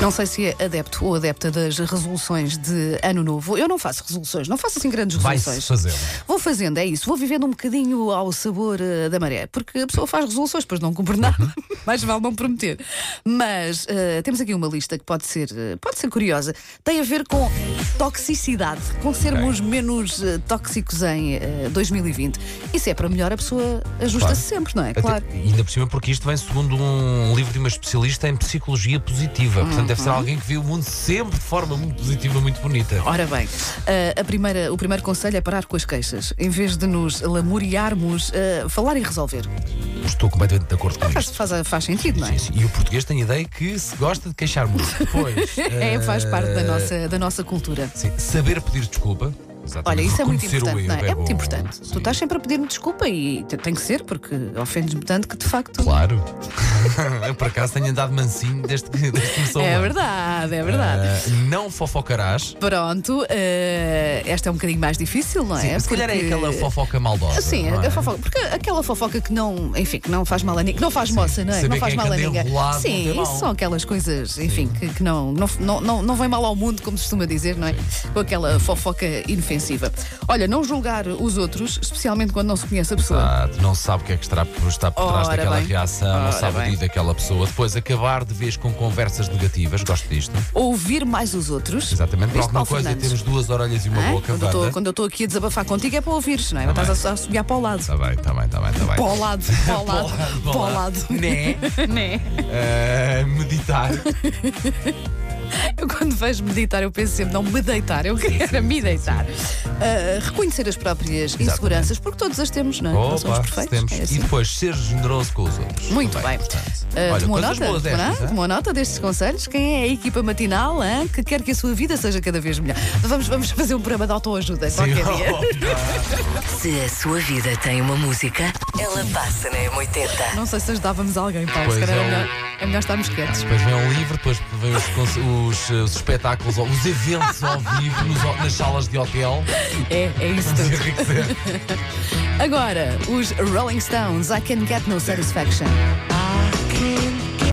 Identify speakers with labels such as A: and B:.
A: Não sei se é adepto ou adepta das resoluções de ano novo. Eu não faço resoluções, não faço assim grandes
B: Vai-se
A: resoluções.
B: fazendo.
A: Vou fazendo, é isso. Vou vivendo um bocadinho ao sabor eh, da maré, porque a pessoa faz resoluções, depois não cumpre nada.
B: Uhum.
A: Mais vale não prometer. Mas eh, temos aqui uma lista que pode ser, eh, pode ser curiosa. Tem a ver com toxicidade, com sermos menos eh, tóxicos em eh, 2020. Isso é para melhor, a pessoa ajusta-se sempre, não é?
B: Até-
A: Claro.
B: Ainda por cima, porque isto vem segundo um livro de uma especialista em psicologia positiva. Portanto, deve ser
A: Uhum.
B: alguém que viu o mundo sempre de forma muito positiva, muito bonita.
A: Ora bem, eh, a primeira, o primeiro conselho é parar com as queixas. Em vez de nos lamuriarmos, eh, falar e resolver.
B: Estou completamente de acordo com
A: Faz,
B: isto.
A: faz, faz sentido, não é?
B: Sim, sim. E o português tem a ideia que se gosta de queixar muito. Pois.
A: É, faz parte da
B: eh,
A: nossa, da nossa cultura.
B: Sim, saber pedir desculpa.
A: Olha,
B: Exatamente.
A: isso é muito
B: Reconhecer o
A: importante, não
B: erro
A: é? É muito
B: bom.
A: importante. Tu
B: Sim.
A: estás sempre a pedir-me desculpa e te- tem que ser, porque ofendes-me tanto que de facto. é
B: Claro. Eu por acaso tenho andado mansinho desde que, desde que começou.
A: É
B: lá.
A: verdade, é verdade.
B: Ah, não fofocarás.
A: Pronto, eh, esta é um bocadinho mais difícil, não é?
B: Sim, se calhar é
A: Porque-
B: aquela fofoca maldosa.
A: Sim,
B: não
A: assim, a-
B: é?
A: a fofoca, porque aquela fofoca que não, enfim, que não faz mal a ninguém, que não faz moça, não é? Que
B: saber
A: não faz
B: quem é que
A: mal a
B: anda
A: ninguém.
B: enrolado não tem
A: Sim,
B: mal.
A: isso são aquelas coisas, enfim, que, que não, não, não, não, não vem mal ao mundo, como se costuma dizer, não é? Com aquela fofoca inofensiva. Olha, não julgar os outros, especialmente quando não se conhece a pessoa.
B: Exato, não se sabe o que é que estará por, está por trás
A: Ora
B: daquela
A: bem.
B: reação,
A: Ora
B: não sabe o
A: bem.
B: dia daquela pessoa. Depois acabar de vez com conversas negativas, gosto disto.
A: Ouvir mais os outros.
B: Exatamente, por
A: Viste,
B: alguma
A: Paulo
B: coisa
A: Fernandes?
B: temos duas orelhas e uma
A: Hã?
B: boca.
A: é? Quando eu
B: banda.
A: tô- quando eu estou aqui a desabafar contigo é para ouvires, não é?
B: Tá
A: Estás a, a subir para o lado.
B: Está bem, está bem, está bem, está bem.
A: Para o lado, para o lado, para o lado.
B: Né?
A: Né?
B: Ah, meditar.
A: Eu quando vejo meditar, eu penso sempre, não me deitar, eu quero é
B: sim,
A: me
B: sim,
A: deitar. Ah, reconhecer as próprias inseguranças, porque todos as temos, não é? não somos
B: Opa, se
A: perfeitos.
B: temos.
A: é
B: E
A: assim.
B: depois ser generoso com os outros.
A: Muito bem.
B: Também, portanto.
A: Ah,
B: Olha,
A: tomou
B: coisas
A: nota, Tomou
B: boas destas,
A: nota?
B: hã?
A: tomou nota destes conselhos? Quem é a equipa matinal hã? que quer que a sua vida seja cada vez melhor? Vamos, vamos fazer um programa de autoajuda qualquer dia.
B: oh.
C: Se a sua vida tem uma música, ela passa na M80.
A: Não sei se ajudávamos alguém, Paulo. Se
B: Pois
A: calhar é
B: é, o-
A: melhor, é melhor estarmos quietos.
B: Depois vem o livro, depois vem os, cons- os, eh, os espetáculos, ao- os eventos ao vivo nos- nas salas de hotel.
A: É, é isso
B: Vamos
A: tudo.
B: enriquecer.
A: Agora, os Rolling Stones, I Can Get No Satisfaction.